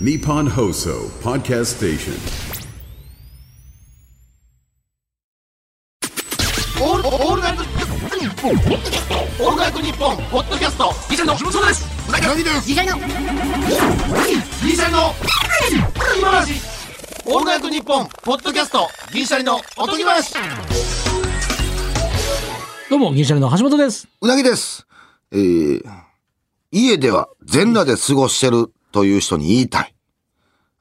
Nippon Hoso Podcast Station. オールオールナイトニッポンオールナイトニッポンポッドキャストギシャリのそうです何ですギシャリのギシャリの今話オールナイトニッポンポッドキャストギシャリのおとぎ話どうも、銀シャリの橋本です。うなぎです。えー、家では全裸で過ごしてるという人に言いたい。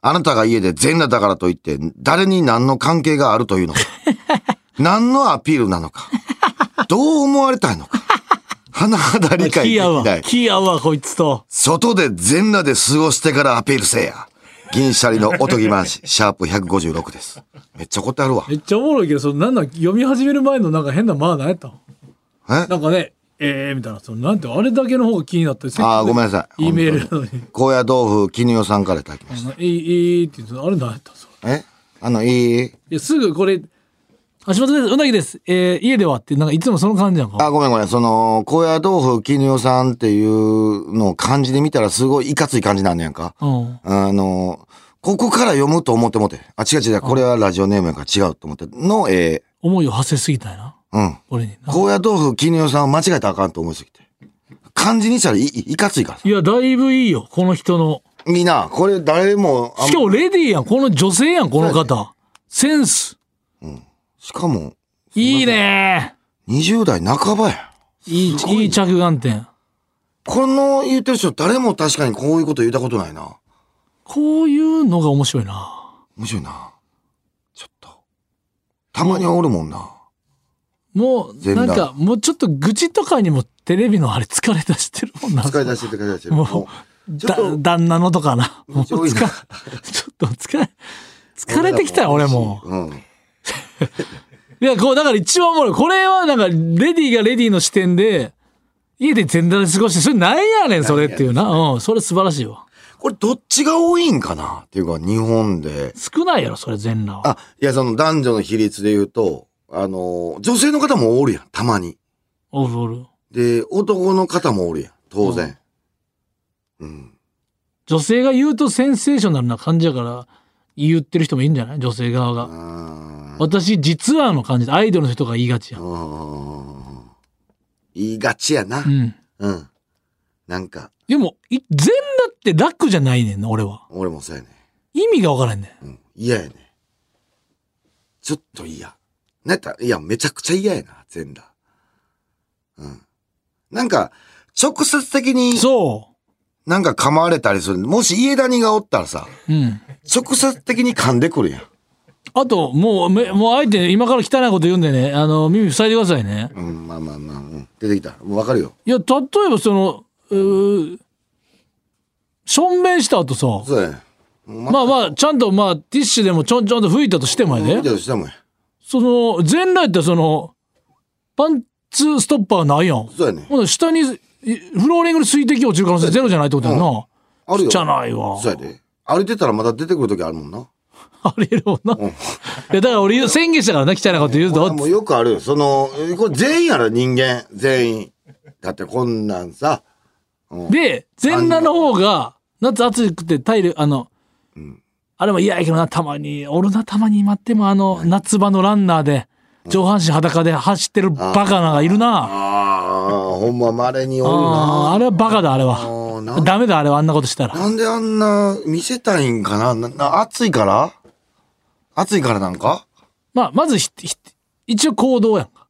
あなたが家で全裸だからといって、誰に何の関係があるという のか。何のアピールなのか。どう思われたいのか。甚だ理解で気合うきなわ。い。気合うわ、こいつと。外で全裸で過ごしてからアピールせえや。銀シャリのおとぎ回し、シャープ156です。めっちゃ怒ってあるわめ。っちゃおもろいけど、そのなんなん読み始める前のなんか変な間は何やったのえなんかね、えーみたいな、そのなんてあれだけの方が気になって、せっあかあ、くごめんなさい。いいメールなのに。高野豆腐、絹代さんからいただきましいい、いいって言うと、あれ何やったのそれた。えあの、いいいや、すぐこれ、橋本です。うなぎです。えー、家ではって、なんかいつもその感じやんか。あ、ごめんごめん。その、高野豆腐絹代さんっていうのを漢字で見たらすごいいかつい感じなんねやんか。うん。あの、ここから読むと思ってもうて。あ、違う違う、これはラジオネームやから違うと思って。の、え思いを馳せすぎたよな。ーうん。俺にな。高野豆腐絹代さんを間違えたらあかんと思いすぎて。漢字にしたらいいいかついからさい。や、だいぶいいよ、この人の。みんな、これ誰も、あんしかもレディーやん、この女性やん、この方。センス。しかも、いいね20代半ばや。いい、いい着眼点。この言ってる人、誰も確かにこういうこと言ったことないな。こういうのが面白いな。面白いな。ちょっと。たまにおるもんな。もう、全な裸んか、もうちょっと愚痴とかにもテレビのあれ疲れ出してるもんな。使い出してて、使い出してる。ももうう、ちょっとだ、旦那のとかな。もうちょい疲なれ、 ちょっと疲れ、疲れてきたよ、俺もう。うん。いや、こう、だから一番おもろい。これはなんか、レディーがレディーの視点で、家で全裸で過ごして、それなんやねん、それっていうな。うん、それ素晴らしいわ。これどっちが多いんかなっていうか、日本で。少ないやろ、それ全裸は。あ、いや、その男女の比率で言うと、あの、女性の方もおるやん、たまに。おるおる。で、男の方もおるやん、当然。女性が言うとセンセーショナルな感じやから、言ってる人もいいんじゃない女性側うが。ん。私、実はの感じで、アイドルの人が言いがちやん。うん言いがちやなう。ん。うん。なんか、でも、い全裸って楽じゃないねんな、俺は。俺もそうやね。意味がわからんねん。うん。嫌やね。ちょっと嫌。なんやったらいや、めちゃくちゃ嫌やな、全裸。うん。なんか、直接的に、そなんか噛まれたりする。もし家谷がおったらさ、う。うん。直接的に噛んでくるやん。あと、もう、めもう、あえて今から汚いこと言うんでね、あの、耳塞いでくださいね。うん、まあまあまあ、うん、出てきた。もうわかるよ。いや、例えばその、うー、正面した後さ、そうやね。ままあまあ、ちゃんとまあ、ティッシュでもちょんちょんと拭いたとしてもあや見で、たとしてもや。その、全裸やったらその、パンツストッパーないやん。そうやね。ほんなら下に、いフローリングに水滴落ちる可能性ゼロじゃないってことやんな。あるよ。じゃないわ。そうやで。歩いてたらまた出てくる時あるもんな。ありえるもんな。いや、だから俺宣言したからな、汚いこと言うこぞれっもて。うよくあるよ。その、えこれ全員やろ、人間。全員。だってこんなんさ。で、全裸の方が、夏暑くて体力、あの、あれも嫌やけどな、たまに、俺な、たまに今っても、あの、夏場のランナーで、上半身裸で走ってるバカながいるな。あああ、ほんま稀におるあな。ー、あれはバカだ、あれあは。ーなんダメだ、あれは、あんなことしたら。なんであんな見せたいんかななな暑いから暑いからなんかまあ、まずひ、ひ一応行動やんか。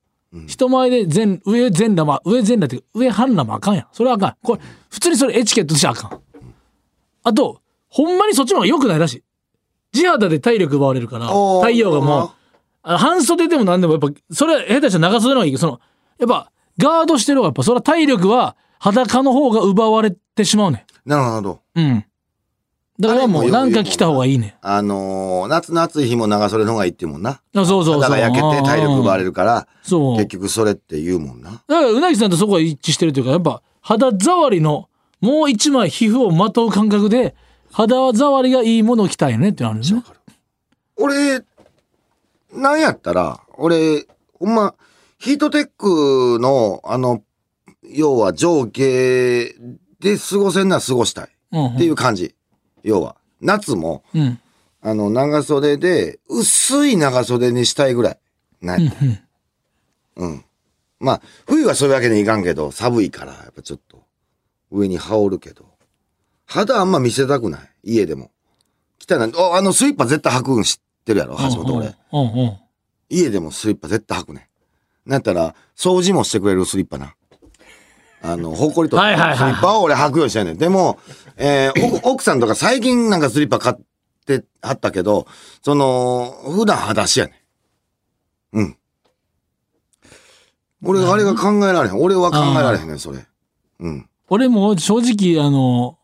人前で全、上全裸も、上全裸っていうか、上半裸もあかんやん。それはあかん。これ、普通にそれエチケットとしてあかん。あと、ほんまにそっちの方が良くないらしい。地肌で体力奪われるから、おー太陽がもう、あ半袖でも何でもやっぱそれは下手したら長袖の方がいいけどそのやっぱガードしてる方がやっぱそれは体力は裸の方が奪われてしまうねなるほど。んうんだからもあれもうよくなんか着た方がいいねあのー夏の暑い日も長袖の方がいいって言うもんな。んあそうそうそう肌が焼けて体力奪われるるから、そう結局それって言うもんな。だからうなぎさんとそこは一致してるというかやっぱ肌触りのもう一枚皮膚をまとう感覚で肌触りがいいものを着たいよねっていうのあるよね俺、なんやったら、俺、ほんま、ヒートテックの、あの、要は上下で過ごせんなら過ごしたい。うんうんっていう感じ。要は。夏も、うん。あの、長袖で、薄い長袖にしたいぐらい。なんやったらうん。まあ、冬はそういうわけにいかんけど、寒いから、やっぱちょっと、上に羽織るけど。肌あんま見せたくない。家でも。汚い。おあの、スリッパ絶対履くん知ってるやろ、橋本俺。うんうん。家でもスリッパ絶対履くねん。なんやったら、掃除もしてくれるスリッパな。あの、ほこりとか、はいはいはいスリッパを俺履くようにしてんねん。でも、えー奥奥さんとか最近なんかスリッパ買ってはったけど、その、普段裸足やねん。うん。俺、あれが考えられへん。俺は考えられへんねん、それ。うん。俺も正直あの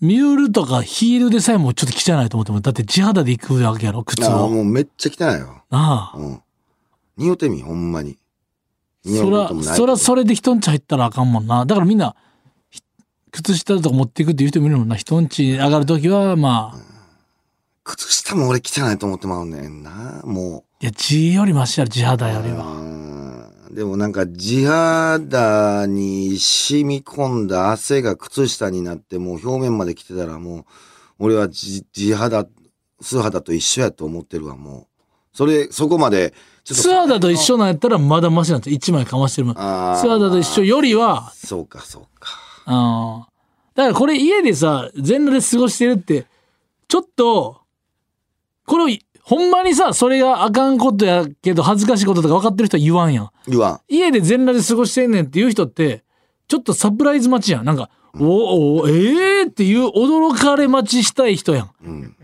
ミュールとかヒールでさえもちょっと汚いと思ってもだって地肌で行くわけやろい靴や、をもうめっちゃ汚いよ。なあうん。匂ってみ、ほんまに。匂そうこらともないけそどらそれで人んち入ったらあかんもんなだからみんなひ靴下とか持っていくっていう人もいるもんな人んち上がる時はまあ靴下も俺汚いと思ってまうねんな、もう。いや地よりマシやろ地肌よりはうんでもなんか地肌に染み込んだ汗が靴下になってもう表面まで来てたらもう俺は地地肌素肌と一緒やと思ってるわもうそれそこまでちょっ素肌と一緒なんやったらまだマシなんですよ一枚かましてるもん素あー肌と一緒よりはそうかそうかうんだからこれ家でさ全裸で過ごしてるってちょっとこれをほんまにさそれがあかんことやけど恥ずかしいこととか分かってる人は言わんやん言わん家で全裸で過ごしてんねんっていう人ってちょっとサプライズ待ちやんなんか「おおええー」っていう驚かれ待ちしたい人やん、ん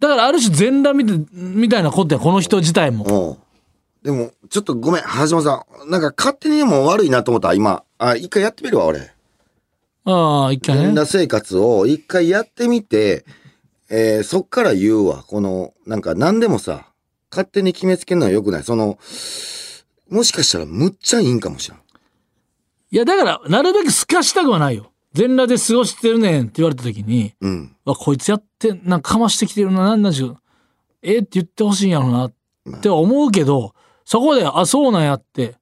だからある種全裸みたみたいなことやこの人自体もおうでもちょっとごめん橋本さんなんか勝手にでも悪いなと思った今あ一回やってみるわ俺ああ一回全ね裸生活を一回やってみて、えーそっから言うわ。この、なんか何でもさ、勝手に決めつけるのは良くない。その、もしかしたらむっちゃいいんかもしれん。いやだからなるべく透かしたくはないよ全裸で過ごしてるねんって言われた時にうん。わこいつやってんなんかかましてきてるななんなんしろえーって言ってほしいんやろなって思うけどそこであそうなんやって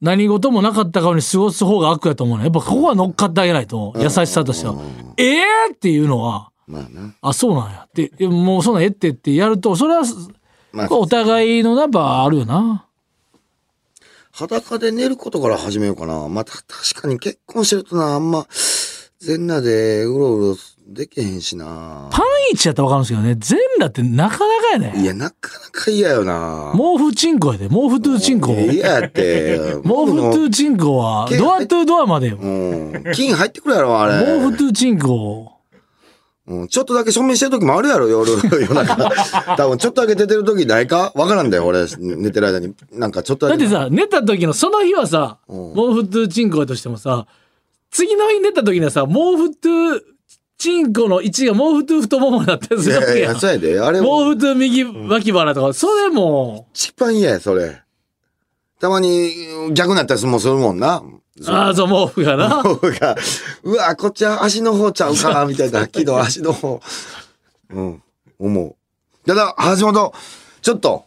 何事もなかった顔に過ごす方が悪やと思うのやっぱここは乗っかってあげないと優しさとしてはえーっていうのはまあな。あそうなんやっていやもうそんなんえってってやるとそれはすまあこれお互いのやっぱあるよな裸で寝ることから始めようかな。また確かに結婚してるとな、あんま、全裸でうろうろできへんしな。パンイチやったら分かるんですけどね全裸ってなかなかやいねや、なかなか嫌よな。毛布チンコやで毛布トゥーチンコ毛い布ややって。トゥーチンコはドアトゥードアまでよ毛うん。金入ってくるやろ、あれ。布トゥーチンコうん、ちょっとだけ証明してる時もあるやろ、夜、 夜中。多分、ちょっとだけ出てる時ないかわからんだよ、俺、寝てる間に。なんか、ちょっとだだっけ。てさ寝た時のその日はさうん毛布トゥーチンコやとしてもさ次の日寝た時にはさ毛布トゥーチンコの位置が毛布トゥー太ももになったりすいるわやけいやや、ん毛そうやで。あれ、布トゥー右脇腹とかそれも一番嫌や、それ。たまに、逆になったりもするもんな。ああそう毛布がな僕が、うわ、こっちは足の方ちゃうかな、みたい な、木の足の方。うん、思う。ただ、橋本、ちょっと、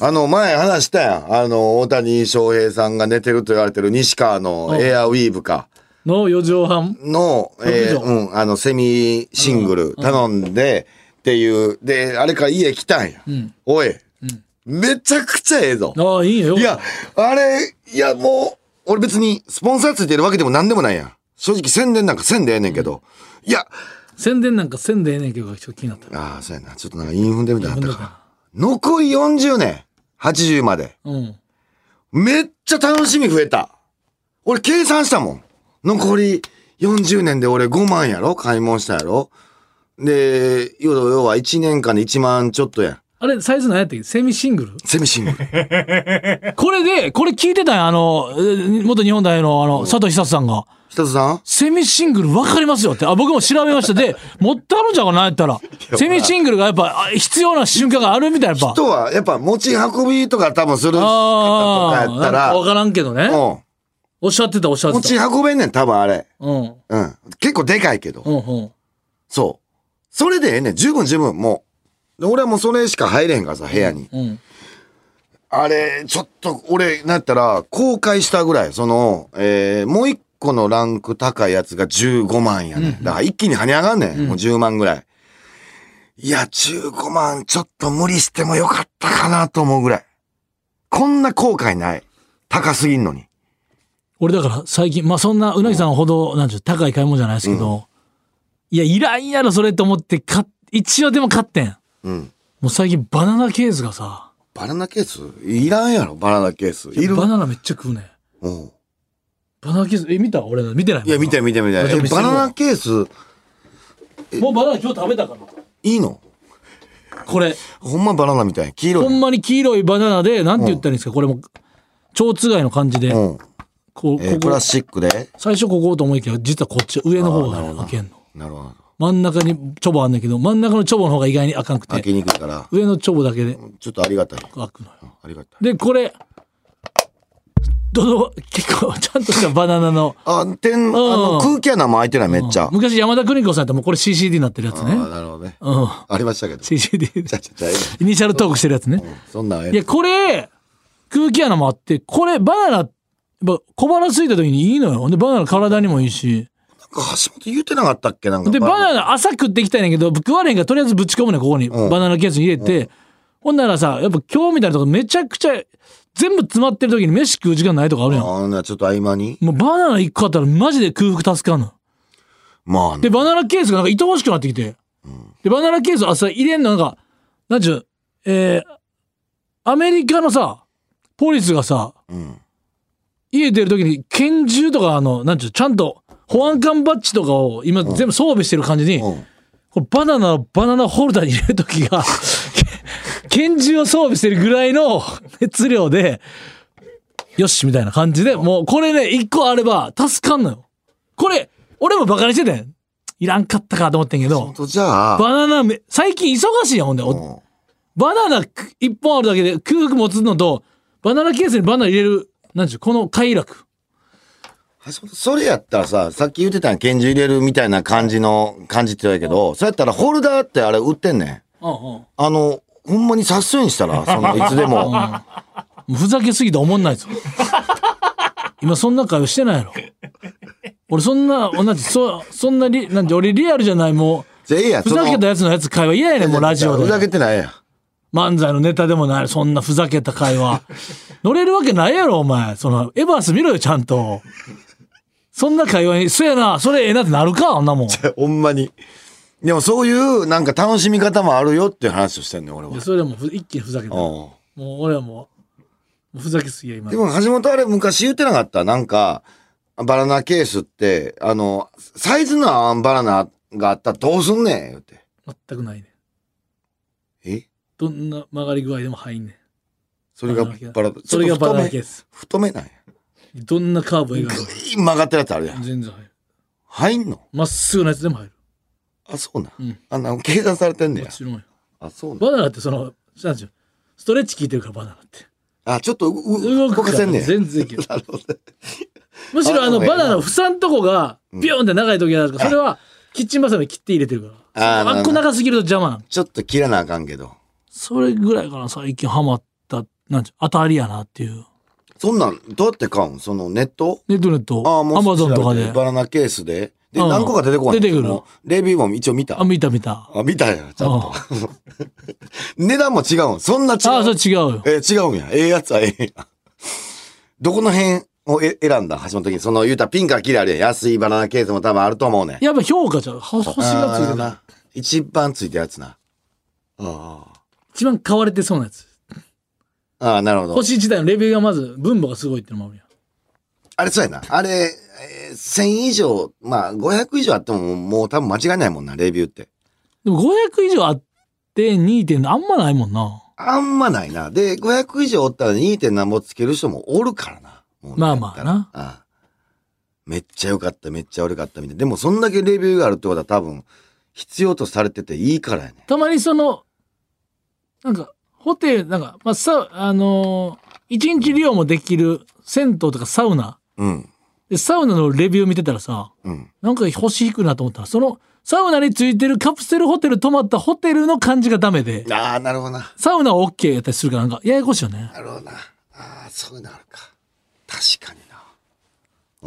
あの、前話したやん。あの、大谷翔平さんが寝てると言われてる西川のエアウィーブか。の4畳半の、えー六畳うん、あの、セミシングル頼んで、っていう、で、あれから家来たんや。おい、めちゃくちゃええぞ。ああいいよいや、あれ、いや、もう、俺別に、スポンサーついてるわけでも何でもないやん。正直宣伝なんかせんでええねんけど。いや、宣伝なんかせんでええねんけどちょっと気になったああ、そうやな。ちょっとなんかインフンでみたいになったインフンでか。残り40年、80まで。うんめっちゃ楽しみ増えた。俺計算したもん。残り40年で俺5万やろ買い物したやろで、要は要は1年間で1万ちょっとやん。あれサイズ何やったっけセミシングルセミシングル。これでこれ聞いてたんやあのえー元日本代表のあの佐藤久志さんが。ひとつさんセミシングル分かりますよって。あ、僕も調べました。 で、持ってあるんじゃうかなやったら。セミシングルがやっぱあ必要な瞬間があるみたいやっぱ。人はやっぱ持ち運びとか多分する方とかやああ、ったなんら、か分からんけどね。うおっしゃってたおっしゃっん。持てちた。運べんねん、多分あれ。うん。うん。結構でかいけど。うんうん。そう。それでええねん。十分十分、もう。で俺はもうそれしか入れへんからさ、部屋に。うん。あれ、ちょっと、俺、なったら、公開したぐらい、その、えーもう一個のランク高いやつが15万やね、ん。だから一気に跳ね上がんねん。もう10万ぐらい。いや、15万ちょっと無理してもよかったかなと思うぐらい。こんな後悔ない。高すぎんのに。俺だから最近まあそんなうなぎさんほどなんちゅう高い買い物じゃないですけど、いやいらんやろそれと思って買っ一応でも買ってんうん。もう最近バナナケースがさバナナケースいらんやろ、バナナケース。いるバナナめっちゃ食うねうん。バナナケースえ見た俺の見てないいや、見て見て見て。あじゃあ見えせバるわナナケースもうバナナ今日食べたからいいのこれほんまバナナみたい。黄色い。ほんまに黄色いバナナでなんて言ったらいいんですかこれも蝶つがいの感じで、うん。こうえーこプこラスチックで。最初ここと思いきや実はこっち上の方がね開けんのなるほど。真ん中にチョボあんねんけど真ん中のチョボの方が意外にあかんく開てけにくいから。上のチョボだけでちょっとありがたい。開くのよありがたい。でこれどう結構ちゃんとしたバナナのあ、点、あの、空気穴も開いてない、めっちゃ。あ昔山田邦子さんやったらもうこれ CCD になってるやつあねなるほどね。うんありましたけど。ち CCD ゃちゃちゃ。イニシャルトークしてるやつねそんなんええいやこれ空気穴もあってこれバナナやっぱ小腹空いた時にいいのよでバナナ体にもいいしなんか橋本言うてなかったっけなんか。でバナナ朝食っていきたいねんけど食われへんからとりあえずぶち込むねんここに、うんバナナケースに入れて、ほんならさやっぱ今日みたいなとこめちゃくちゃ全部詰まってる時に飯食う時間ないとかあるやんあんなちょっと合間に。もうバナナ1個あったらマジで空腹助かんのまあねで、バナナケースがなんか愛おしくなってきて。で、バナナケース朝入れんのなんか、なんちゅう、えー、アメリカのさ、ポリスがさ、うん。家出る時に拳銃とかあの、なんちゅう、ちゃんと保安官バッジとかを今全部装備してる感じに、うん。これバナナをバナナホルダーに入れる時が、 拳銃を装備してるぐらいの熱量で、よしみたいな感じで、もうこれね、一個あれば助かんのよ。これ、俺もバカにしてたよ。いらんかったかと思ってんけほんど、とじゃあ、バナナめ、最近忙しいやん、ほんで。おうんバナナく一本あるだけで空腹持つのと、バナナケースにバナナ入れる、なんちゅう、この快楽。橋本それやったらさ、さっき言ってたやん拳銃入れるみたいな感じの、感じって言うやけど、そうやったらホルダーってあれ売ってんねん。うんうん。あの、ほんまに察するにしたら、その、いつでも。ふざけすぎて思んないぞ。今そんな会話してないやろ。俺そんな、同じ、そ、そんなリ、なんて俺リアルじゃない、もじゃあええやんう、ふざけたやつのやつ会話嫌やねん、もうラジオふざけで。てないやん。漫才のネタでもない、そんなふざけた会 話。乗れるわけないやろ、お前。その、エバース見ろよ、ちゃんと。そんな会話に、そやな、それええなってなるか、あんなもん。ほんまに。でもそういう、なんか楽しみ方もあるよっていう話をしてんねん、俺は。うん。それでもうふ一気にふざけた。もうで俺はもう、もうふざけすぎや、今。も橋本あれ昔言ってなかったなんか、バナナケースって、あの、サイズの合わんバナナがあったらどうすんねん言って。全くないね。えどんな曲がり具合でも入んねん。それがバナナケースバラ、それがちょっとバナナ太ケめース。太めない。どんなカーブを描グイくかーン曲がってるやつあるやん。全然入る。入んのまっすぐなやつでも入る。あ、そうなん。うんあ、なんか計算されてんねもや。ちろんよ。あ、そうなん。バナナってその、なんていうのストレッチ効いてるからバナナって。あ、ちょっとう、う、動動くかからせんねや。全然いける。なるほど。むしろあのあでもえバえなナナの負産とこがビョンって長い時があるから、それはキッチンバサミ切って入れてるから。あーなるあっほどこ長すぎると邪魔なの。ちょっと切らなあかんけど。それぐらいかな、最近ハマった、なんちゅう、当たりやなっていう。そんなん、どうやって買うんそのネットネットネット、あアあ、もうマゾンとか調べでて。バナナケースで。で、うん何個か出てこない。出てくるもうレビューも一応見た。あ、あ、見た見た。あ見たやん。ちゃんとあ値段も違うん。そんな違う。あ、それ違うよ。えー違うんや。ええやつはええんや。 どこの辺をえ選んだ橋本的に。その、言うたらピンからキラで安いバナナケースも多分あると思うねん。やっぱ評価ちゃう。ほ星がついあーてる。な。一番ついたやつな。あ一番買われてそうなやつ。あ。ああ、なるほど。星自体のレベルがまず分母がすごいってのもあるやん。あれ、そうやな。あれ、えー1000以上、まあ、500以上あっても、もう多分間違いないもんな、レビューって。でも500以上あって2点あんまないもんな。あんまないな。で、500以上おったら 2. 点何ぼつける人もおるからな。もうねまあまあな。やったらああめっちゃ良かった、めっちゃ悪かったみたいな。でも、そんだけレビューがあるってことは多分、必要とされてていいからやね。たまにその、なんか、ホテル、なんか、まあ、さ、あのー、一日利用もできる銭湯とかサウナ。うん。で、サウナのレビュー見てたらさ、うん。なんか星低いなと思ったら、その、サウナについてるカプセルホテル泊まったホテルの感じがダメで、ああ、なるほどな。サウナは OK やったりするから、なんか、ややこしいよね。なるほどな。ああ、そういうのあるか。確かにな。あ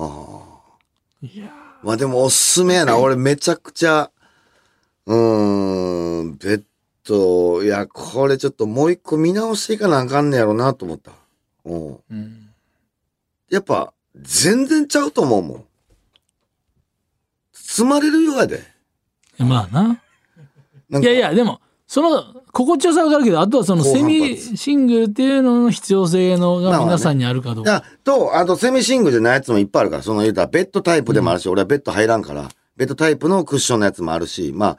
あ。まあでもおすすめやな。俺めちゃくちゃ、うーん、ベッド、いや、これちょっともう一個見直していかなあかんねやろなと思った。うん。うんやっぱ、全然ちゃうと思うもん。包まれるようやで。まあななんいかやい。やでもその心地よさは分かるけどあとはその後セ半ミシングルっていうのの必要性のまあがね皆さんにあるかどうか、あと、あと、セミシングじゃないやつもいっぱいあるから、その言うたら、ベッドタイプでもあるし、俺はベッド入らんから、ベッドタイプのクッションのやつもあるし、ま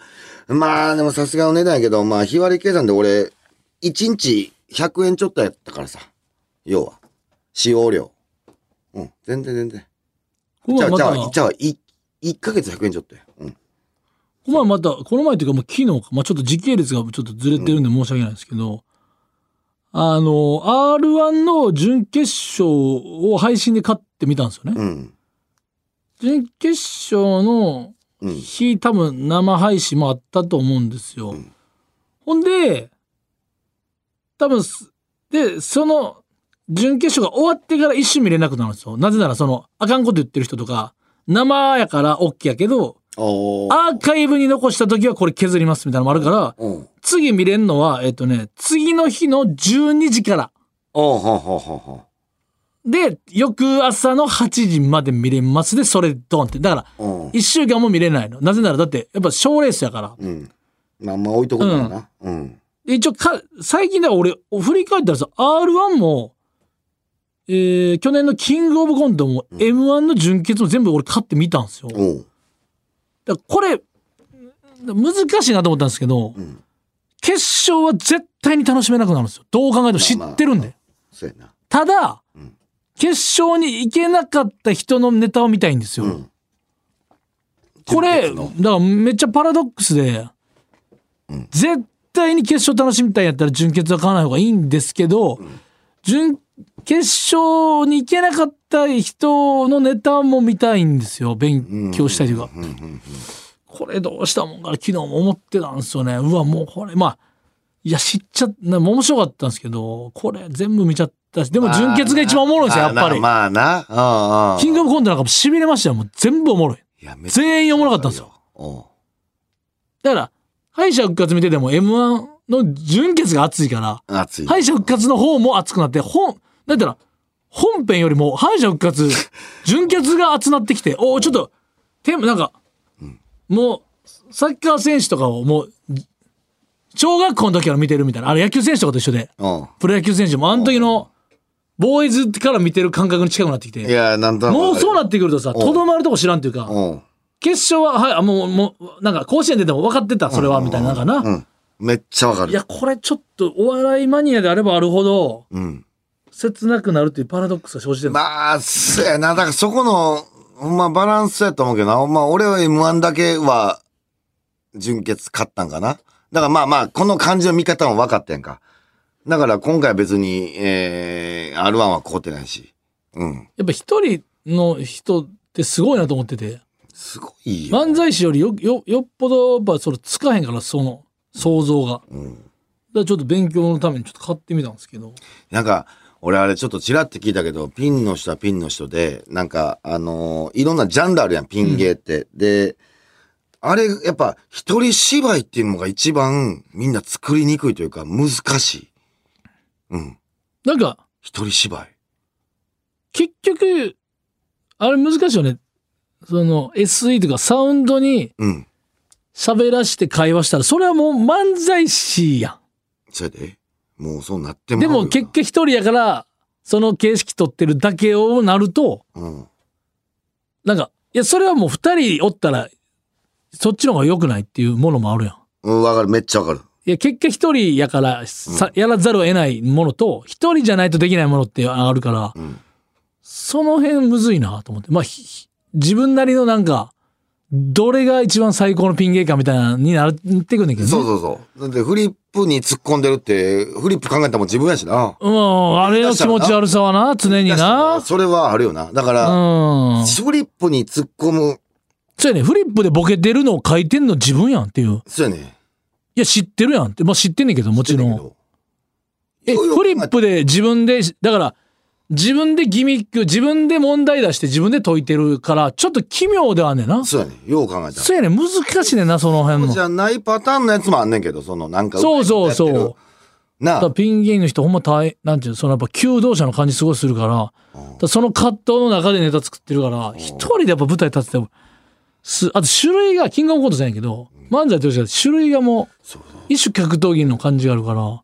あ、まあ、でもさすがの値段やけど、まあ、日割り計算で俺、1日100円ちょっとやったからさ、要は、使用量。うん、全然全然。こじのゃあ、前まじゃたあ、じゃあ、い1ヶ月100円ちょっとや。うん。この前またこの前というかもう昨日か、まあ、ちょっと時系列がちょっとずれてるんで申し訳ないですけど、あの r 1の準決勝を配信で勝ってみたんですよね、うん。準決勝のうん。日多分生配信もあったと思うんですよ、うんほんで多分すでその準決勝が終わってから一瞬見れなくなるんですよなぜならそのあかんこと言ってる人とか生やから OK やけどおー。アーカイブに残した時はこれ削りますみたいなのもあるからうん。次見れるのはえっとね次の日の12時からおー、ほうほうほうほう。で翌朝の8時まで見れますでそれドンってだからうん1週間も見れないのなぜならだってやっぱ賞レースやからうん。まあ、あんま置いとこうかな。うん。で一応か最近だから俺振り返ったらさ r 1も、えー去年のキングオブコントも m 1の準決も全部俺勝ってみたんですよ、だかおうらこれ難しいなと思ったんですけど、ん決勝は絶対に楽しめなくなるんですよどう考えても知ってるんで、そうやな。ただ、ん決勝に行けなかった人のネタを見たいんですよ、んこれだ準か決らめっちゃパラドックスで、絶対に決勝楽しみたいんやったら準決は買わない方がいいんですけど、準決勝に行けなかった人のネタも見たいんですよ勉強したいというか、これどうしたもんかな昨日も思ってたんですよねうわもうこれまあいや知っちゃな面白かったんですけどこれ全部見ちゃったしでも準決が一番おもろいんですよやっぱり、まあな。ああ。キングオブコントなんかもしびれましたよもう全部おもろいいや全員おもろかったんですよ。おうだから敗者復活見てても m 1の準決が熱いから熱い。敗者復活の方も熱くなって本だったら本編よりも敗者復活準決が熱なってきておーちょっとテーマなんか、もうサッカー選手とかをもう小学校の時から見てるみたいなあれ野球選手とかと一緒でうん。プロ野球選手もあの時のボーイズから見てる感覚に近くなってきいてや、なんとなくもうそうなっってくるとさとどまるとこ知らんっていうかうん。決勝ははいあもうもうなんか甲子園出ても分かってたそれはみたいななんかな、うん。めっちゃわかいる。やこれちょっとお笑いマニアであればあるほどうん。切なくなるっていうパラドックスが生じてる、まあ、そうやな。だからそこの、ほんまバランスやと思うけどな。ほんま俺は M1 だけは、純潔勝ったんかな。だからまあまあ、この感じの見方も分かってんか。だから今回は別に、えー、R1 は凍ってないし。うん。やっぱ一人の人ってすごいなと思っててすごいよ。漫才師よりよよよっぽどやっぱそれつかへんからその想像が、だからちょっと勉強のためにちょっと買ってみたんですけどなんか、俺あれちょっとちらって聞いたけど、ピンの人はピンの人で、なんか、あのーいろんなジャンルあるやん、ピン芸って。で、あれ、やっぱ、一人芝居っていうのが一番みんな作りにくいというか、難しい。うん。なんか一人芝結局あれ難しいよねその SE とかサウンドに居。うん。喋らして会話したらそれはもう漫才師やんそれで、もうそうなってもでらうよもな結局一人やからその形式取ってるだけをなるとうん。なんかいやそれはもう二人おったらそっちの方が良くないっていうものもあるやん。うん、わかる、めっちゃわかる。いや結果一人やからさ、やらざるを得ないものと一人じゃないとできないものってあるから、んその辺むずいなと思ってまあひひ自分なりのなんかどれが一番最高のピン芸かみたいなのになってくんねんけど、ね、そうそうそう。だってフリップに突っ込んでるって、フリップ考えたらもう自分やしな。うんあれの気持ち悪さはな常になそれはあるよな。だかうら、んフリップに突っ込む、そうやねフリップでボケてるのを書いてんの自分やんっていうそうやね。いや知ってるやんってまあ知ってんねんけどもちろんええ、フリップで自分で、だから、自分でギミック、自分で問題出して自分で解いてるから、ちょっと奇妙ではあんねんな。そうやねよう考えたらそうやねん、難しいねんな、その辺じの。ゃないパターンのやつもあんねんけど、そのなんか。そうそうそう。だなからあ、ピン芸人の人ほんま大、なんていうの、そのやっぱ求道者の感じすごいするから、だからその葛藤の中でネタ作ってるから、一人でやっぱ舞台立ってても、す、あと種類が、キングオブコントじゃないけど、漫才としては種類がもう、一種格闘技の感じがあるから、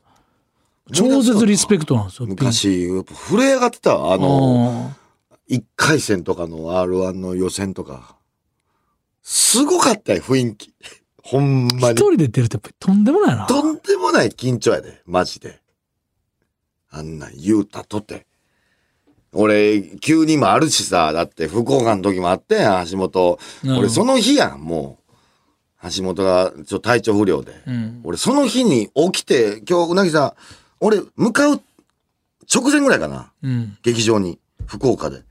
超絶リスペクトなんですよ、ピン昔、やっぱ震え上がってたわあの、うん一回戦とかの R1 の予選とか。すごかったよ、雰囲気。 ほんまに。一人で出るとやっぱりとんでもないな。とんでもない緊張やで、マジで。あんなん言うたとて。俺、急にもあるしさ、だって福岡の時もあってんやん、橋本。うん俺、その日やん、もう。橋本が、ちょ、体調不良で。うん。俺、その日に起きて、今日、うなぎさん、俺、向かう直前ぐらいかな。うん。劇場に、福岡で。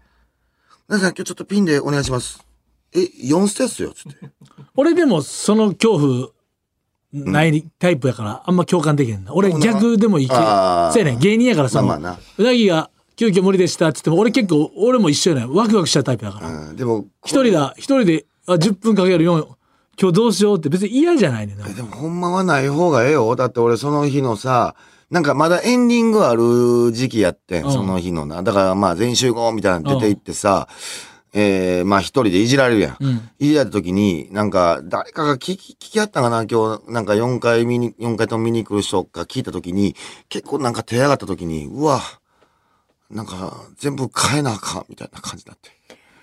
皆さん、今日ちょっとピンでお願いします。え、4ステっすよ、つって。俺でもその恐怖ないタイプやからあんま共感できへんな。俺逆でもいいけ。そうあーやねん芸人やからさ、まあまあなうなぎが急遽無理でしたっつっても俺結構俺も一緒やねん。ワクワクしたタイプやから。うん、でも、一人だ、一人であ10分かける4、今日どうしようって別に嫌じゃないねんな。でもほんまはない方がええよ。だって俺その日のさ、なんかまだエンディングある時期やってん、うんその日のな。だからまあ全集合みたいなの出て行ってさ、えー、まあ一人でいじられるやん。うんいじられた時に、なんか誰かが聞き、聞き合ったかな今日、なんか4回見に、4回とも見に来る人が聞いた時に、結構なんか手上がった時に、うわ、なんか全部変えなあかんみたいな感じになって。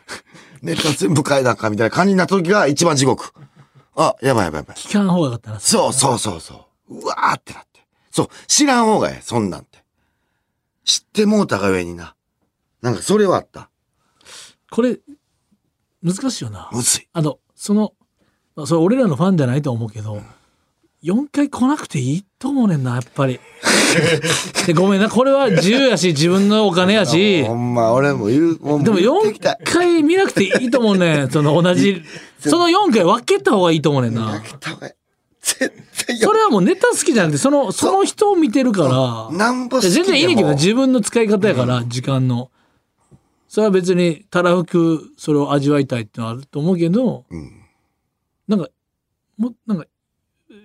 ネタ全部変えなあかんみたいな感じになった時が一番地獄。あ、やばいやばいやばい。聞かん方がよかったな。そうそうそうそう。うわーってなって。そう、知らん方がええ、そんなんて。知ってもうたがゆえにな。なんかそれはあった。これ、難しいよな。むずい。あの、その、まあ、それ俺らのファンじゃないと思うけど、4回来なくていいと思うねんな、やっぱ り。でごめんな、これは自由やし、自分のお金やし、ほんま、俺も言う、もうでも言ってきた4い回見なくていいと思うねん、その同じ、その4回分けた方がいいと思うねんやな。けたがええ絶対やそれはもうネタ好きじゃなくて、その、その人を見てるから、なんぼ好いやき全然いいねんでけもど、自分の使い方やから、時間の。それは別に、たらふく、それを味わいたいってのはあると思うけど、うんなんか、も、なんか、えー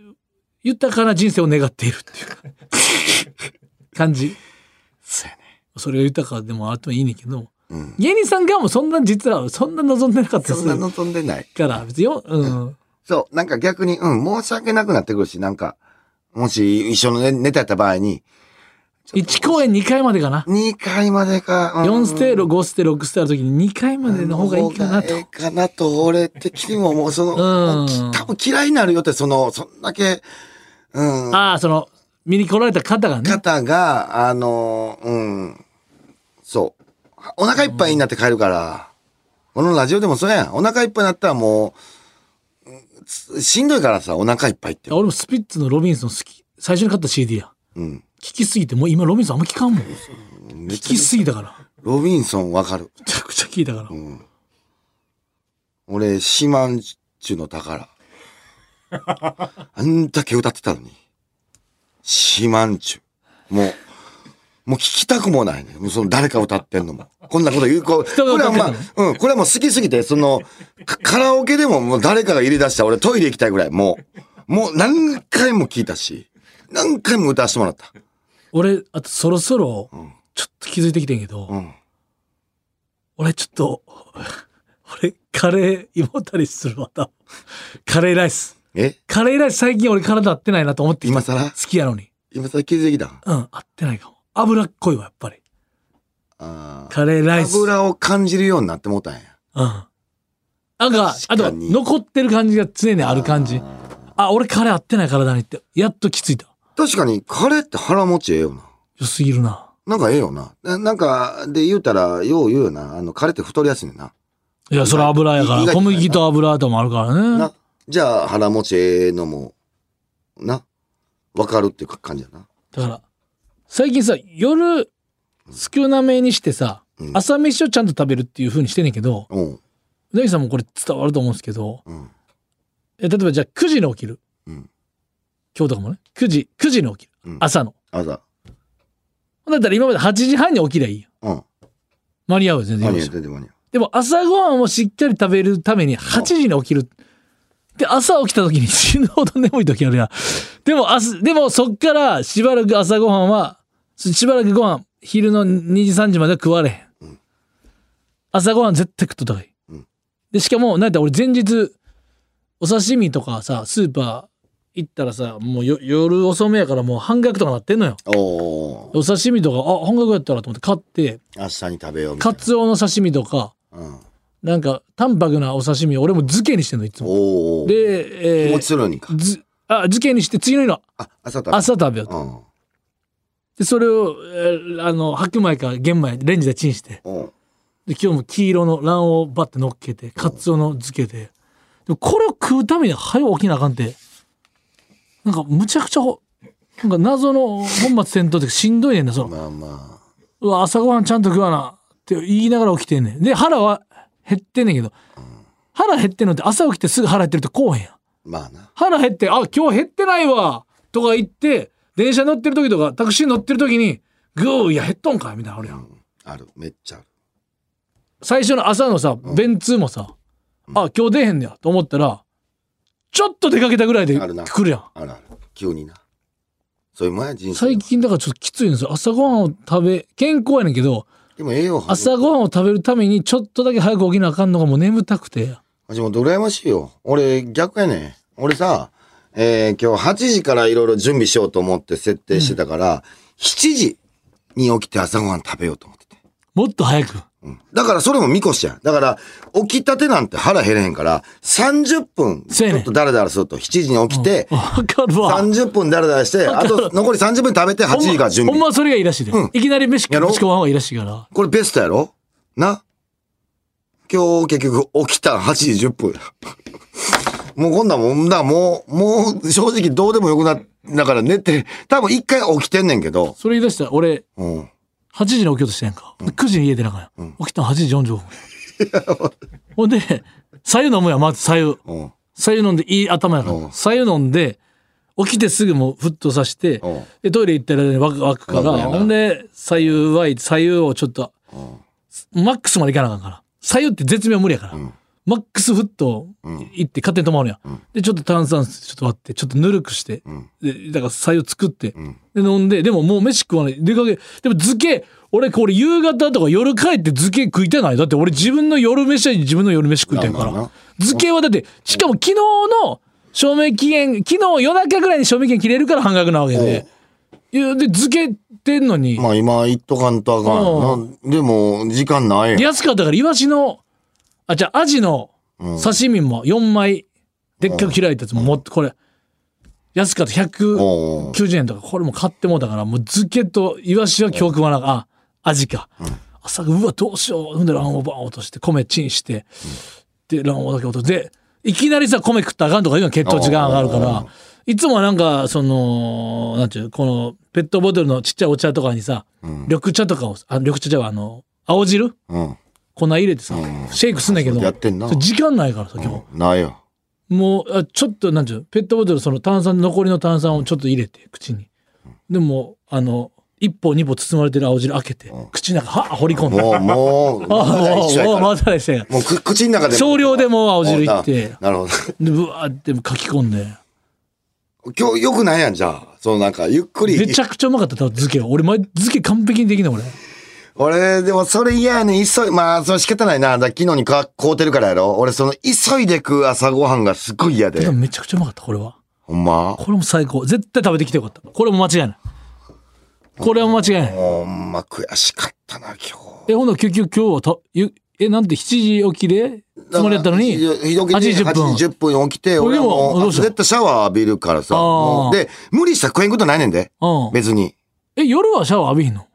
豊かな人生を願っているってい うか感じ。そうやね。それが豊かでもあってもいいねんけど、うん芸人さんがもうそんな実はそんな望んでなかったりそすんなる望んでない。から、別によ、うん。そう、なんか逆に、うん、申し訳なくなってくるし、なんか、もし一緒のねネタやった場合に、 1公演2回までかな。 2回までか、うん4ステ、5ステ、6ステある時に2回までの方がいいかなと。ええかなと、俺的にももうその、うんき多分嫌いになるよって、その、そんだけ、うん、ああ、その、見に来られた方がね。方が、あの、うん、そう。お腹いっぱいになって帰るから、このラジオでもそうやん。お腹いっぱいになったらもう、つしんどいからさ、お腹いっぱいって。俺もスピッツのロビンソン好き、最初に買った CD や。うん。聞きすぎて、もう今ロビンソンあんま聞かんもん。聞めっちきすぎたから。ゃロビンソンわかる。めちゃくちゃ聞いたから。俺、シマンチュの宝。あんだけ歌ってたのに。シマンチュ。もう、もう聞きたくもないね。もうその誰か歌ってんのも。こんなこと言う、こう、こがれは歌ってんまのあ、うん、これはもう好きすぎて、その、カカラオケでももう誰かが入れ出した俺トイレ行きたいぐらい、もう、もう何回も聞いたし、何回も歌わせてもらった。俺あとそろそろちょっと気づいてきてんけど、うん。俺ちょっと俺カレー胃もたれするわ多分カレーライスえカレーライス最近俺体合ってないなと思ってきた今更好きやのに今さ気づいてきたうん合ってないかも脂っこいわやっぱりあーカレーライス油を感じるようになってもうたんや。うんなんか確かあとに残ってる感じが常にある感じあ俺カレー合ってない体にってやっと気づいた確かに、カレーって腹持ちええよな。良すぎるななんかええよな。ななんか、で言うたら、よう言うよな。あの、彼って太りやすいねんな。いやそれ油やか意外らと小ないな麦と油ともあるからねな。じゃあ、腹持ちええのも、な。わかるっていう感じやな。だから最近さ夜少なめにしてさ、うん朝飯をちゃんと食べるっていう風にしてんねんけどうん。うなぎさんもこれ伝わると思うんですけどうん。え例えばじゃあ9時に起きる、うん今日とかもね9時9時に起きる、うん朝のあざ。だったら今まで8時半に起きりゃいいようん。間に合うよ全然間に合よろうしい全然間に合うでも朝ごはんをしっかり食べるために8時に起きる。で、朝起きた時に死ぬほど眠い時あるやん。でも明日、でもそっからしばらく朝ごはんは、しばらくご飯、昼の2時3時までは食われへん。朝ごはん絶対食っとった方がいい。で、しかも、なんやったら俺前日、お刺身とかさ、スーパー行ったらさ、もうよ夜遅めやからもう半額とかなってんのよ。おーお刺身とか、あ、半額やったらと思って買って、明日に食べようみたいカツオの刺身とか、な、うん、なんか淡白なお刺身を俺も漬けにしてんのいつもおおで、えもーうするにかずあ漬けにして次の日のあ朝食べ朝食べようとうんでそれを、えーあの白米か玄米レンジでチンしてうんで今日も黄色の卵黄バッて乗っけてカツオの漬けてでもこれを食うために早起きなあかんってなんかむちゃくちゃほなんか謎の本末転倒ってしんどいねんなそのまあまあうわ朝ごはんちゃんと食わなって言いながら起きてんねんで腹は減ってんねんけど腹減ってんのって朝起きてすぐ腹減ってるとこうへんやんまあな腹減って、あ、今日減ってないわとか言って、電車乗ってる時とか、タクシー乗ってる時に、グー、いや、減っとんかいみたいなのあるやん。あるめっちゃある最初の朝のさ、便通もさ、あ、今日出へんねやと思ったら、ちょっと出かけたぐらいであるな来るやん。あるある急になそういうもんや人生最近だからちょっときついんですよ。朝ごはんを食べ、健康やねんけど、でも栄養補朝ごはんを食べるためにちょっとだけ早く起きなあかんのがもう眠たくて。橋本羨ましいよ。俺逆やねん。俺さ、えー今日8時からいろいろ準備しようと思って設定してたから、7時に起きて朝ごはん食べようと思ってて。もっと早く。うんだからそれも見越しやん。だから起きたてなんて腹減れへんから、30分そちうやょねんっとダラダラすると、7時に起きて、わかるわ。 30分ダラダラして、あと残り30分食べて8時から準ほんま備。はそれがいいらしいで。うんいきなり飯食やうろぶち込まん方がいいらしいから。これベストやろな今日結局起きたん8時10分や。 もうこんなんもんだ、もう、もう正直どうでもよくなだから寝て、多分一回起きてんねんけど、それ言い出したら俺、うん。 8時に起きようとしてんやんか。9時に家出なあかんや、ん。起きたの8時45分。 ほんで、左右飲むやん、まず左右。うん。左右飲んでいい頭やかうんら。左右飲んで、起きてすぐもうふっとさしてうん、で、トイレ行ったらワクワクかワクワら、クやなほんで、左右は、左右をちょっと、マックスまで行かなあかんから。左右って絶妙無理やから。マックスフット行って勝手に止まるやん、で、ちょっと炭酸水ちょっと割って、ちょっとぬるくして、で、だから左右作って、で、飲んで、でももう飯食わない。出かけ、でも漬け、俺これ夕方とか夜帰って漬け食いたない。だって俺自分の夜飯は自分の夜飯食いたいかまあまあなら。漬けはだって、しかも昨日の賞味期限、昨日夜中ぐらいに賞味期限切れるから半額なわけで。いや、で、漬けてんのに、まあ今言っとかんとあかんよな。でも、時間ないやん。安かったから、イワシの、あ、じゃあ、アジの刺身も4枚、でっかく開いたやつも、もっとこれ、安かった、おう190円とか、これも買ってもうたから、もう漬けとイワシは今日食わなあかんあ、アジか。朝、うわ、どうしよう。ほんで卵黄バーン落として、米チンして、で、卵黄だけ落として、で、いきなりさ、米食ったらあかんとかいうのは血糖値が上がるから、いつもはなんか、その、なんていう、この、ペットボトルのちっちゃいお茶とかにさ、緑茶とかを、あ緑茶じゃないあの、青汁うん。粉入れてさ、シェイクすんだけど、やってんなそれ時間ないからさ、今日。ないよ。もう、あちょっと、なんていうのペットボトル、その炭酸、残りの炭酸をちょっと入れて、口に。でも、あの、一歩二歩包まれてる青汁開けて、口の中、はっ掘り込んで。もう、もう、 ああ、まだも一緒やう、もう、からまたでしたよ。もうく口の中で。少量でもう青汁いってあなるほど。で、ぶわーって書き込んで。今日よくないやん、じゃあ。そのなんか、ゆっくり。めちゃくちゃうまかった、多分漬けは。俺、前、漬け完璧にできない、俺。俺、でもそれ嫌やねん急い、まあ、それ仕方ないな。だから昨日にか買うてるからやろ。俺、その、急いで食う朝ごはんがすっごい嫌ででも。めちゃくちゃうまかった、これは。ほんまこれも最高。絶対食べてきてよかった。これも間違いない。これは間違いない。ほんま悔しかったな、今え、ほんなら結局今日はた、ゆえ、なんて7時起きで、日。つもりやったのに、だからひどく8時10分。 8時10分に起きて、これ俺ではももどう、うした絶対シャワー浴びるからさ。あーもうで、無理したら食えんことないねんで。うん。別に。え、夜はシャワー浴びひんの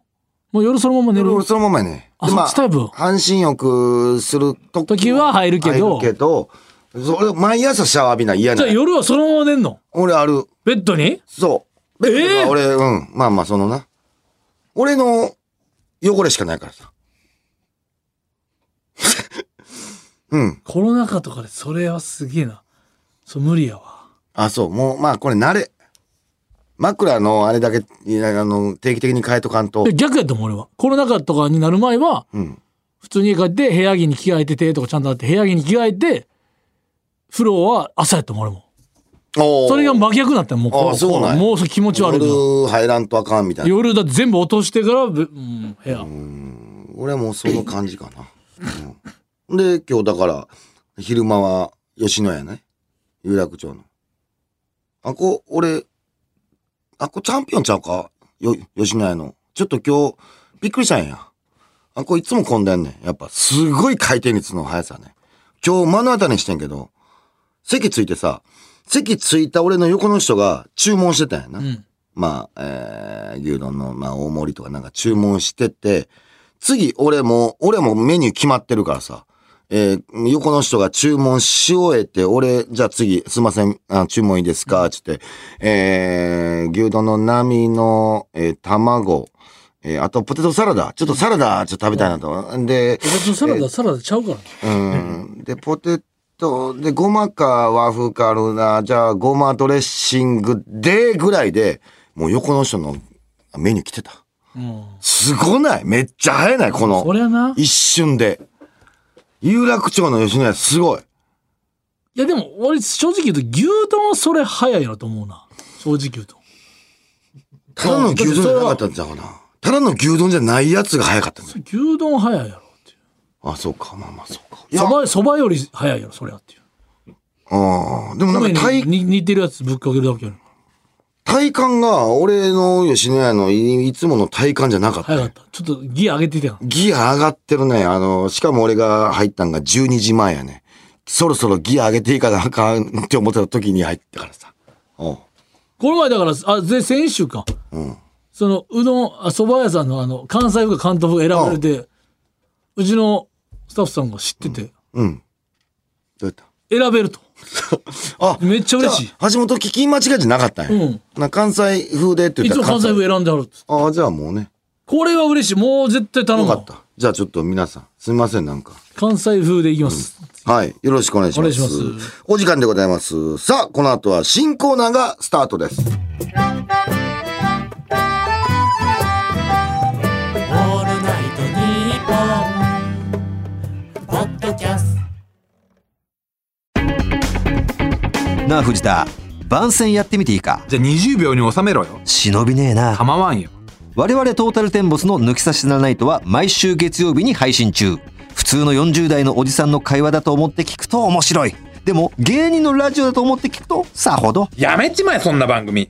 もう夜そのまま寝る。俺、そのままやね。あでまそっちタイプ半身浴する時時は入るけど入るけど、それ、毎朝シャワー浴びない嫌じなゃあい。夜はそのまま寝んの俺、ある。ベッドにそう。えだからー俺、うん。まあまあ、そのな。俺の汚れしかないからさ。 うん。コロナ禍とかでそれはすげえな。そう、無理やわ。あ、そう。もう、まあ、これ慣れ。枕のあれだけ、いやあの、定期的に変えとかんとえ。逆やと思う俺は。コロナ禍とかになる前は、うん。普通に家帰って部屋着に着替えててとかちゃんとあって部屋着に着替えて風呂は朝やったもん俺もおーそれが真逆だったよもうこあうーそうなんやもうそれ気持ち悪いな夜入らんとあかんみたいな。夜だって全部落としてからぶ、うん、部屋俺はもうその感じかな。うん、で、今日だから、昼間は吉野家ね。有楽町の。あこ、俺、あこチャンピオンちゃうかよ、吉野家の。ちょっと今日、びっくりしたんや。あこいつも混んでんねん。やっぱ、すごい回転率の速さね。今日目の当たりにしてんけど、席ついてさ、席ついた俺の横の人が注文してたんやな。んまあ、えー、牛丼の、まあ、大盛りとかなんか注文してて、次俺も、俺もメニュー決まってるからさ、えー、横の人が注文し終えて、俺、じゃあ次、すいません、あ注文いいですかつって、えー、牛丼の波の、えー卵、えーあとポテトサラダ、ちょっとサラダ、ちょっと食べたいなと。で、別にサラダサラダちゃうからうんで、ポテト、で、ごまか和風かあるな、じゃあごまドレッシングでぐらいで、もう横の人のメニュー来てた。すごないめっちゃ早いないこの。そりゃな一瞬で。有楽町の吉野家すごい。いやでも俺正直言うと牛丼はそれ早いなと思うな正直言うとただの牛丼じゃなかったんちゃうかな。ただの牛丼じゃないやつが早かったんですよ。牛丼は早いやろっていうあ、そうか。まあまあ、そうか。いや、そばそばより早いやろそれはっていうああ、でもなんか体米にに似てるやつぶっかけるだけやろ体感が、俺の吉野家のいいつもの体感じゃなかった。早 かったちょっとギア上げてきたなギア上がってるね。あの、しかも俺が入ったんが12時前やね。そろそろギア上げていいかなあかんって思ってた時に入ったからさ。おうこの前だからあぜ先週か、そのうどんあそば屋さんのあの関西風か関東風選ばれて、うちのスタッフさんが知ってて、うん。どうやった選べるとあめっちゃ嬉しいじあ橋本聞き間違いじゃなかったんや。うんな関西風でってい言ったつもら関西風選んであるっつってああ、じゃあもうね。これは嬉しいもう絶対頼よむかわった。じゃあちょっと皆さん、すみません、なんか。関西風でいきます、はい。よろしくお願いします。お願いしますお時間でございます。さあ、この後は新コーナーがスタートです。なあ藤田番宣やってみていいかじゃあ20秒に収めろよ忍びねえなまわんよ我々トータルテンボスの抜き差しならないとは毎週月曜日に配信中普通の40代のおじさんの会話だと思って聞くと面白いでも芸人のラジオだと思って聞くとさほどやめちまえそんな番組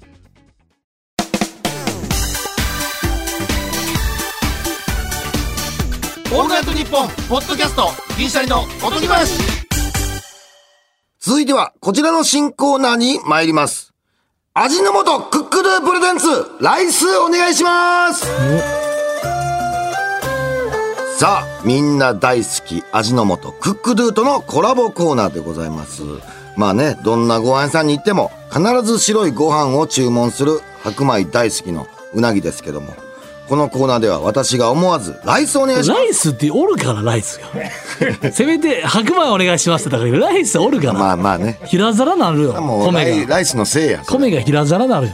オールナイトニッポンポッドキャスト銀シャリのおとぎ話続いては、こちらの新コーナーに参ります。味の素クックループレゼンツ、ライスお願いしますさあ、みんな大好き、味の素クックドゥとのコラボコーナーでございます。まあね、どんなご飯屋さんに行っても、必ず白いご飯を注文する白米大好きのうなぎですけども、このコーナーでは私が思わず、ライスお願いしますライスっておるからライス がせめて白米お願いしますってだからライスおるから、まあまあね。平皿なるよもうラ米イがライスのせいや。それ米が平皿なるよ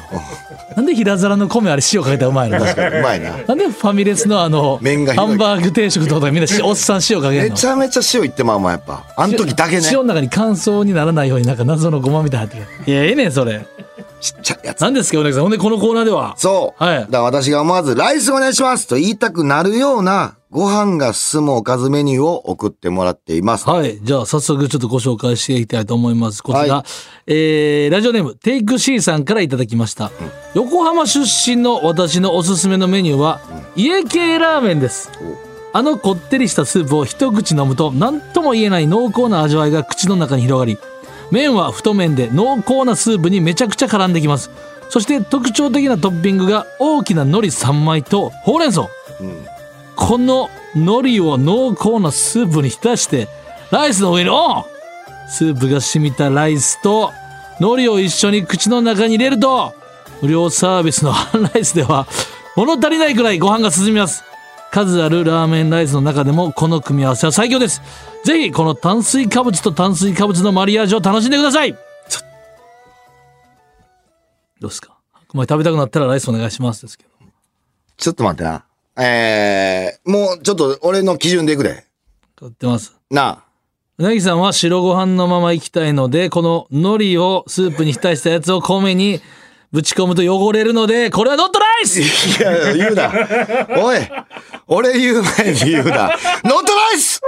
なんで平皿の米あれ塩かけたらうまいの確かにうまいな。なんでファミレスのあの麺がひどいハンバーグ定食とかみんなしおっさん塩かけるめのちゃめちゃ塩いってまうまんやっぱあの時だけねち塩の中に乾燥にならないようになんか謎のごまみたいに入ってるいやええねんそれっちゃいやつ何ですかおねさんほんでこのコーナーではそう、はいだから私が思わず「ライスお願いします」と言いたくなるようなご飯が進むおかずメニューを送ってもらっていますはいじゃあ早速ちょっとご紹介していきたいと思いますこちら、はえーラジオネームテイク C さんからいただきました、横浜出身の私のおすすめのメニューは、家系ラーメンですあのこってりしたスープを一口飲むと何とも言えない濃厚な味わいが口の中に広がり麺は太麺で濃厚なスープにめちゃくちゃ絡んできますそして特徴的なトッピングが大きな海苔3枚とほうれん草、この海苔を濃厚なスープに浸してライスの上にオンスープが染みたライスと海苔を一緒に口の中に入れると無料サービスのハンライスでは物足りないくらいご飯が進みます数あるラーメンライスの中でもこの組み合わせは最強ですぜひこの炭水化物と炭水化物のマリアージュを楽しんでくださいちょどうですか白米食べたくなったらライスお願いしますですけどちょっと待ってなえー、もうちょっと俺の基準でいくで買ってます。なあ。うなぎさんは白ご飯のまま行きたいので、この海苔をスープに浸したやつを米にぶち込むと汚れるので、これはノットライスいや、言うな。おい、俺言う前に言うな。ノットライス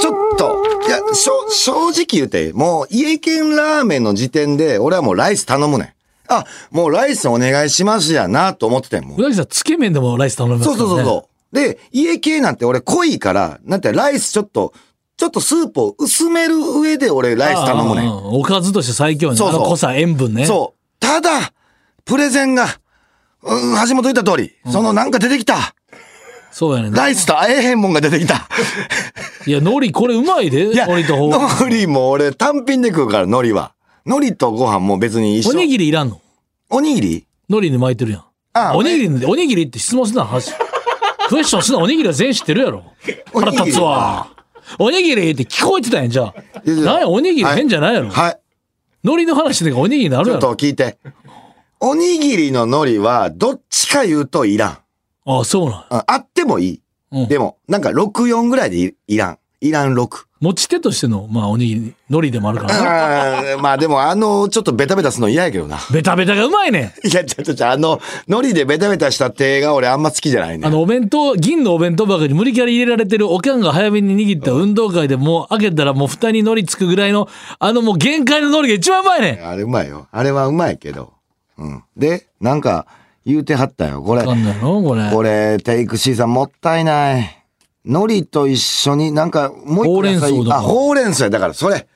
ちょっと、いや、しょ正直言うて、もう家系ラーメンの時点で、俺はもうライス頼むねん。あ、もうライスお願いしますやな、と思っててんもん う。なぎさん、つけ麺でもライス頼みますかそら、うね。そうそうそう。で、家系なんて俺濃いから、なんてライスちょっと、ちょっとスープを薄める上で俺ライス頼むねんああ。ああおかずとして最強ね。そうそうあの濃さ、塩分ね。そう。ただ、プレゼンが、うん、橋本言った通り、そのなんか出てきた。そうやねんな。ライスとあえへんもんが出てきた。いや、海苔これうまいで。いや、 海苔とほう海苔も俺単品で食うから、海苔は。海苔とご飯も別に一緒。おにぎりいらんのおにぎり海苔に巻いてるやん。あおにぎりに、おにぎりって質問す な、話。クエスチョンすな、おにぎりは全員知ってるやろ。おに腹ぎり立つわ。おにぎりって聞こえてたんやん、じゃあ。いやいやなんや、おにぎりはい変じゃないやろ。はい。海苔の話でおにぎりになるちやょっろ。と聞いて。おにぎりの海苔は、どっちか言うといらん。ああ、そうなん。うんあってもいい。うんでも、なんか6、4ぐらいでいいらん。いらん6。持ち手としての、まあ、おにぎり、海苔でもあるからな。あーまあでも、あの、ちょっとベタベタするの嫌やけど な。ベタベタがうまいねん。いや、ちょっとちょ、あの、海苔でベタベタした手が俺あんま好きじゃないね。あの、お弁当、銀のお弁当箱に無理キャリ入れられてるおかんが早めに握った運動会でもう開けたらもう蓋に海苔つくぐらいの、あのもう限界の海苔が一番うまいねん。あれうまいよ。あれはうまいけど。うん。で、なんか、言うてはったよ。これあ、かんないのこれ。これ、テイクシーさんもったいない。海苔と一緒に、なんか、もう一個野菜ほうれん草とかあ、ほうれん草やだから、それ。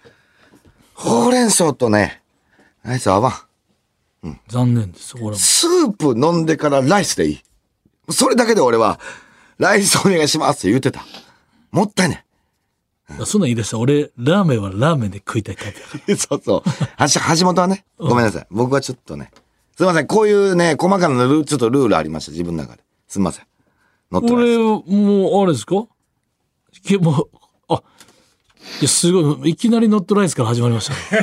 ほうれん草とね、ライス合わん。残念です、これも。スープ飲んでからライスでいい。それだけで俺は、ライスお願いしますって言ってた。もったいない。そんなん言い出したら俺、ラーメンはラーメンで食いたいタイプやから。 そうそう。はし、橋本はね、ごめんなさい。僕はちょっとね。すいません。こういうね、細かなルール、ちょっとルールありました。自分の中で。すいません。乗ってない俺、です。もう、あれですかけもう、あ、いや、すごい、いきなりノットライスから始まりましたね。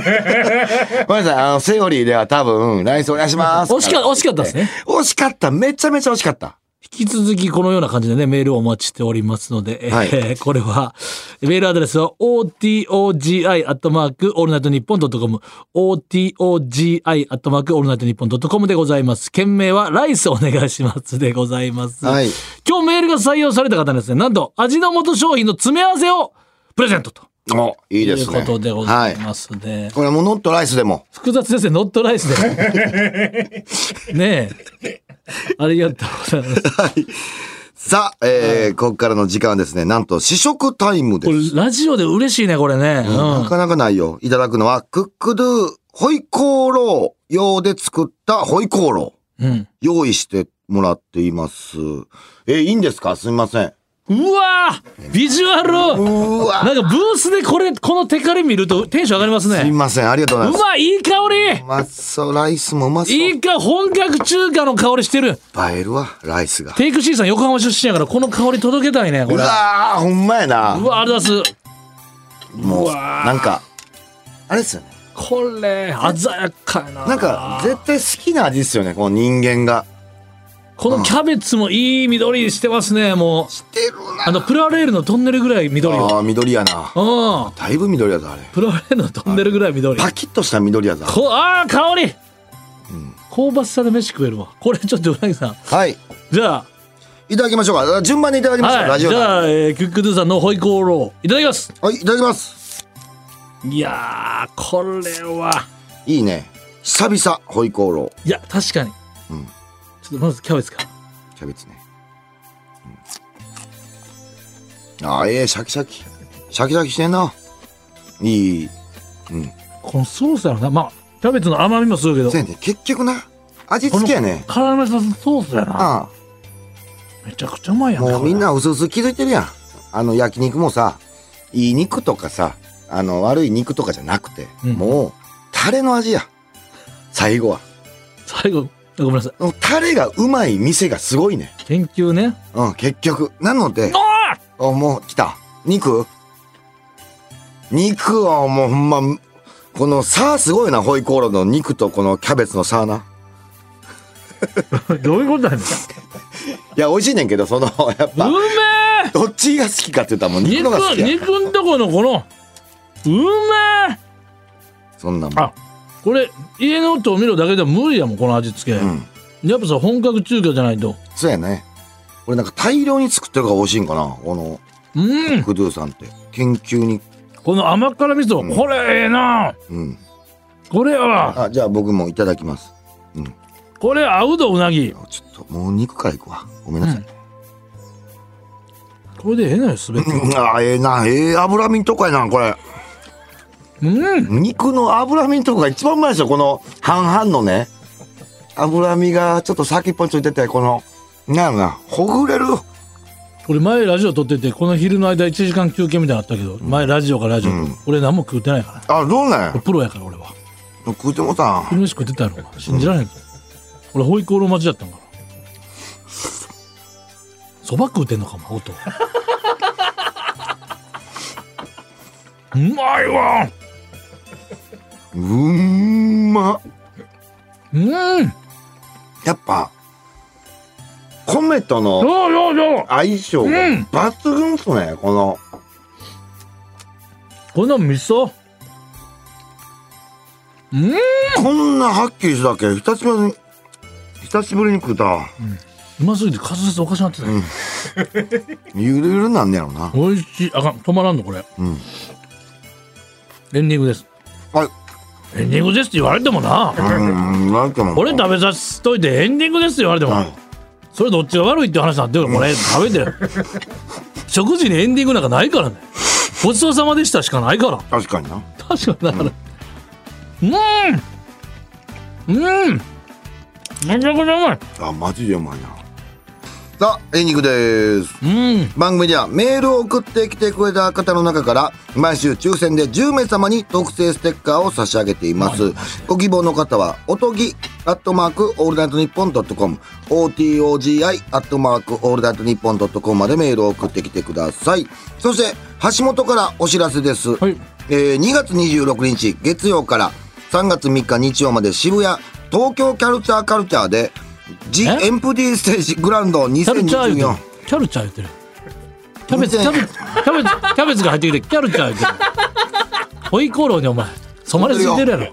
ごめんなさい。あの、セオリーでは多分、来週お願いします。惜しか惜しかったですね。惜しかった。めちゃめちゃ惜しかった。引き続きこのような感じでね、メールをお待ちしておりますので、はいえー これは、メールアドレスは otogi.allnightnippon.com、otogi.allnightnippon.com でございます。件名はライスお願いしますでございます。はい今日メールが採用された方にですね、なんと味の素商品の詰め合わせをプレゼントとお、いいいですうね。ことでございはますね。い。これもうノットライスでも。複雑ですね、ノットライスで。 ねえ。ありがとうございます。さあ、えー、ここからの時間はですね、なんと試食タイムでこす。れラジオで嬉しいね、これね。うんなかなかないよ。いただくのは、クックドゥ、ホイコーロー用で作ったホイコーロー。うん。用意してもらっています。え、いいんですかすみません。うわービジュアルうわなんかブースでこれ、このテカリ見るとテンション上がりますすみね。ません。ありがとうござういます。わいい香うまそう。ライスもうまそう。りいいか、本格中華の香りしてる。映えるわ、ライスが。テイク C さん横浜出身やから、この香り届けたいね、こうれ。うわわー、ほんまやな。あれだす。もう、なんか、あれですよね。これ、鮮やかやな。なんか、絶対好きな味ですよね、この人間が。このキャベツもいい緑してますね、もう。してるな。あの、プラレールのトンネルぐらい緑よ。あー、緑やな。うん。だいぶ緑やぞ、あれ。プラレールのトンネルぐらい緑。パキッとした緑やぞ。こああ、香り、香ばしさで飯食えるわ。これちょっとうなぎさん。はい。じゃあ、いただきましょうか。あ順番にいただきましょう。はラい、ジじオゃはあ、えークックドゥさんのホイコーローいただきますい、いただきます。いやーこれはいいね。久々、ホイコーロー。いや確かに、うんちょっとまずキャベツからキャベツね。うんああ、ええシャキシャキ。シャキシャキしてんな。いい。このソースやろなまあキャベツの甘みもするけどせやね、結局な。味付けやね。絡めさせたソースやなあめちゃくちゃうまいあ、やんもうみんこなうすうす気づいてるやん。あの焼肉もさ、いい肉とかさ、あの悪い肉とかじゃなくて、うんもう、タレの味や。最後は。れ最後ごめんなさいもうタレがうまい店がすごいね。研究ねうん、結局。なので、おもう来た。肉肉はもうほんま、この差すごいな、ホイコーローの肉とこのキャベツの差な。どういうことなんですかいや、美味しいねんけど、その、やっうぱ、めえどっちが好きかって言ったらもう肉肉のが好きや。肉んとこのこのうめえそんなもん。あこれ家の音を見ろだけでも無理やもんこの味付け、うん。やっぱさ本格中華じゃないとそうやね。俺なんか大量に作ってるから美味しいんかなこのうんクドゥさんって。研究に。この甘辛味噌、これええなうん。これはあ、じゃあ僕もいただきます。これ合うどうなぎちょっともう肉からいくわ。ごめんなさい。これでええのよ全てうん あ、ええな。ええ脂身んとこやな、これ。うん肉の脂身んとこが一番うまいですよ。この半々のね。脂身がちょっと先っぽについてて、この、なんやろな、ほぐれる。俺前ラジオ撮っててこの昼の間1時間休憩みたいなのあったけど、前ラジオからラジオ、俺何も食うてないからあ、どうなんや俺プロやから俺は食うてもうたん昼飯食ってたやろお前信じられへんぞ俺ホイコーロー待ちだったんからそば食うてんのかお前音うまいわうんま。うんやっぱ、米との、そうそうそう相性が抜群っすね、このこの味噌うんこんなはっきりしたっけ久しぶりに久しぶりに食うたわうますぎて滑舌おかしなってた、ゆるゆるなんねやろな美味しいあかん止まらんのこれうんエンディングですはいエンディングですって言われてもなうんなんても俺食べさせといてエンディングですって言われても、はいそれどっちが悪いって話になってるからこれ食べてよ食事にエンディングなんかないからねごちそうさまでしたしかないから確かにな確かにだからうんうんめちゃくちゃうまいあマジでうまいなさあエンディングですうん番組ではメールを送ってきてくれた方の中から毎週抽選で10名様に特製ステッカーを差し上げていますご希望の方はおとぎアットマークオールナイトニッポンドットコム OTOGI アットマークオールナイトニッポンドットコムまでメールを送ってきてくださいそして橋本からお知らせです、はいえー2月26日月曜から3月3日日曜まで渋谷東京キャルチャーカルチャーで「ジ・えエンプティステージグランドキャルチャー言う2024て」るキャルチャー言ってるキャベツキャベツキャベツキャベツが入ってきてキャルチャー言ってる ホイコーローにお前染まりすぎてるやろ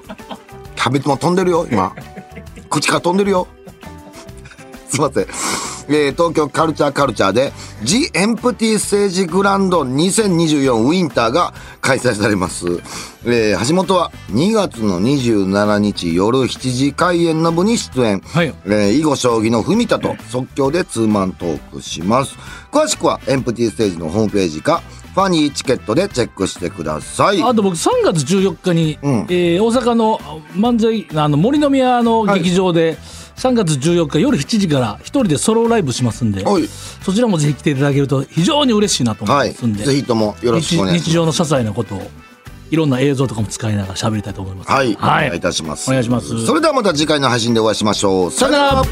キャベツも飛んでるよ今口から飛んでるよすいません、えー東京カルチャーカルチャーで「ジ・エンプティステージグランド2024ウィンター」が開催されます、えー橋本は2月の27日夜7時開演の部に出演、はいえー囲碁将棋の文田と即興でツーマントークします詳しくはエンプティステージのホームページかファニーチケットでチェックしてくださいあと僕3月14日に、うんえー大阪の漫才あの森の宮の劇場で、3月14日夜7時から一人でソロライブしますんではいそちらもぜひ来ていただけると非常に嬉しいなと思はいいますんで、ぜひともよろしくお願いします日日常の些細なことをいろんな映像とかも使いながら喋りたいと思いますはい、はお願いいい、たします。お願いしますそれではまた次回の配信でお会いしましょう。さよなら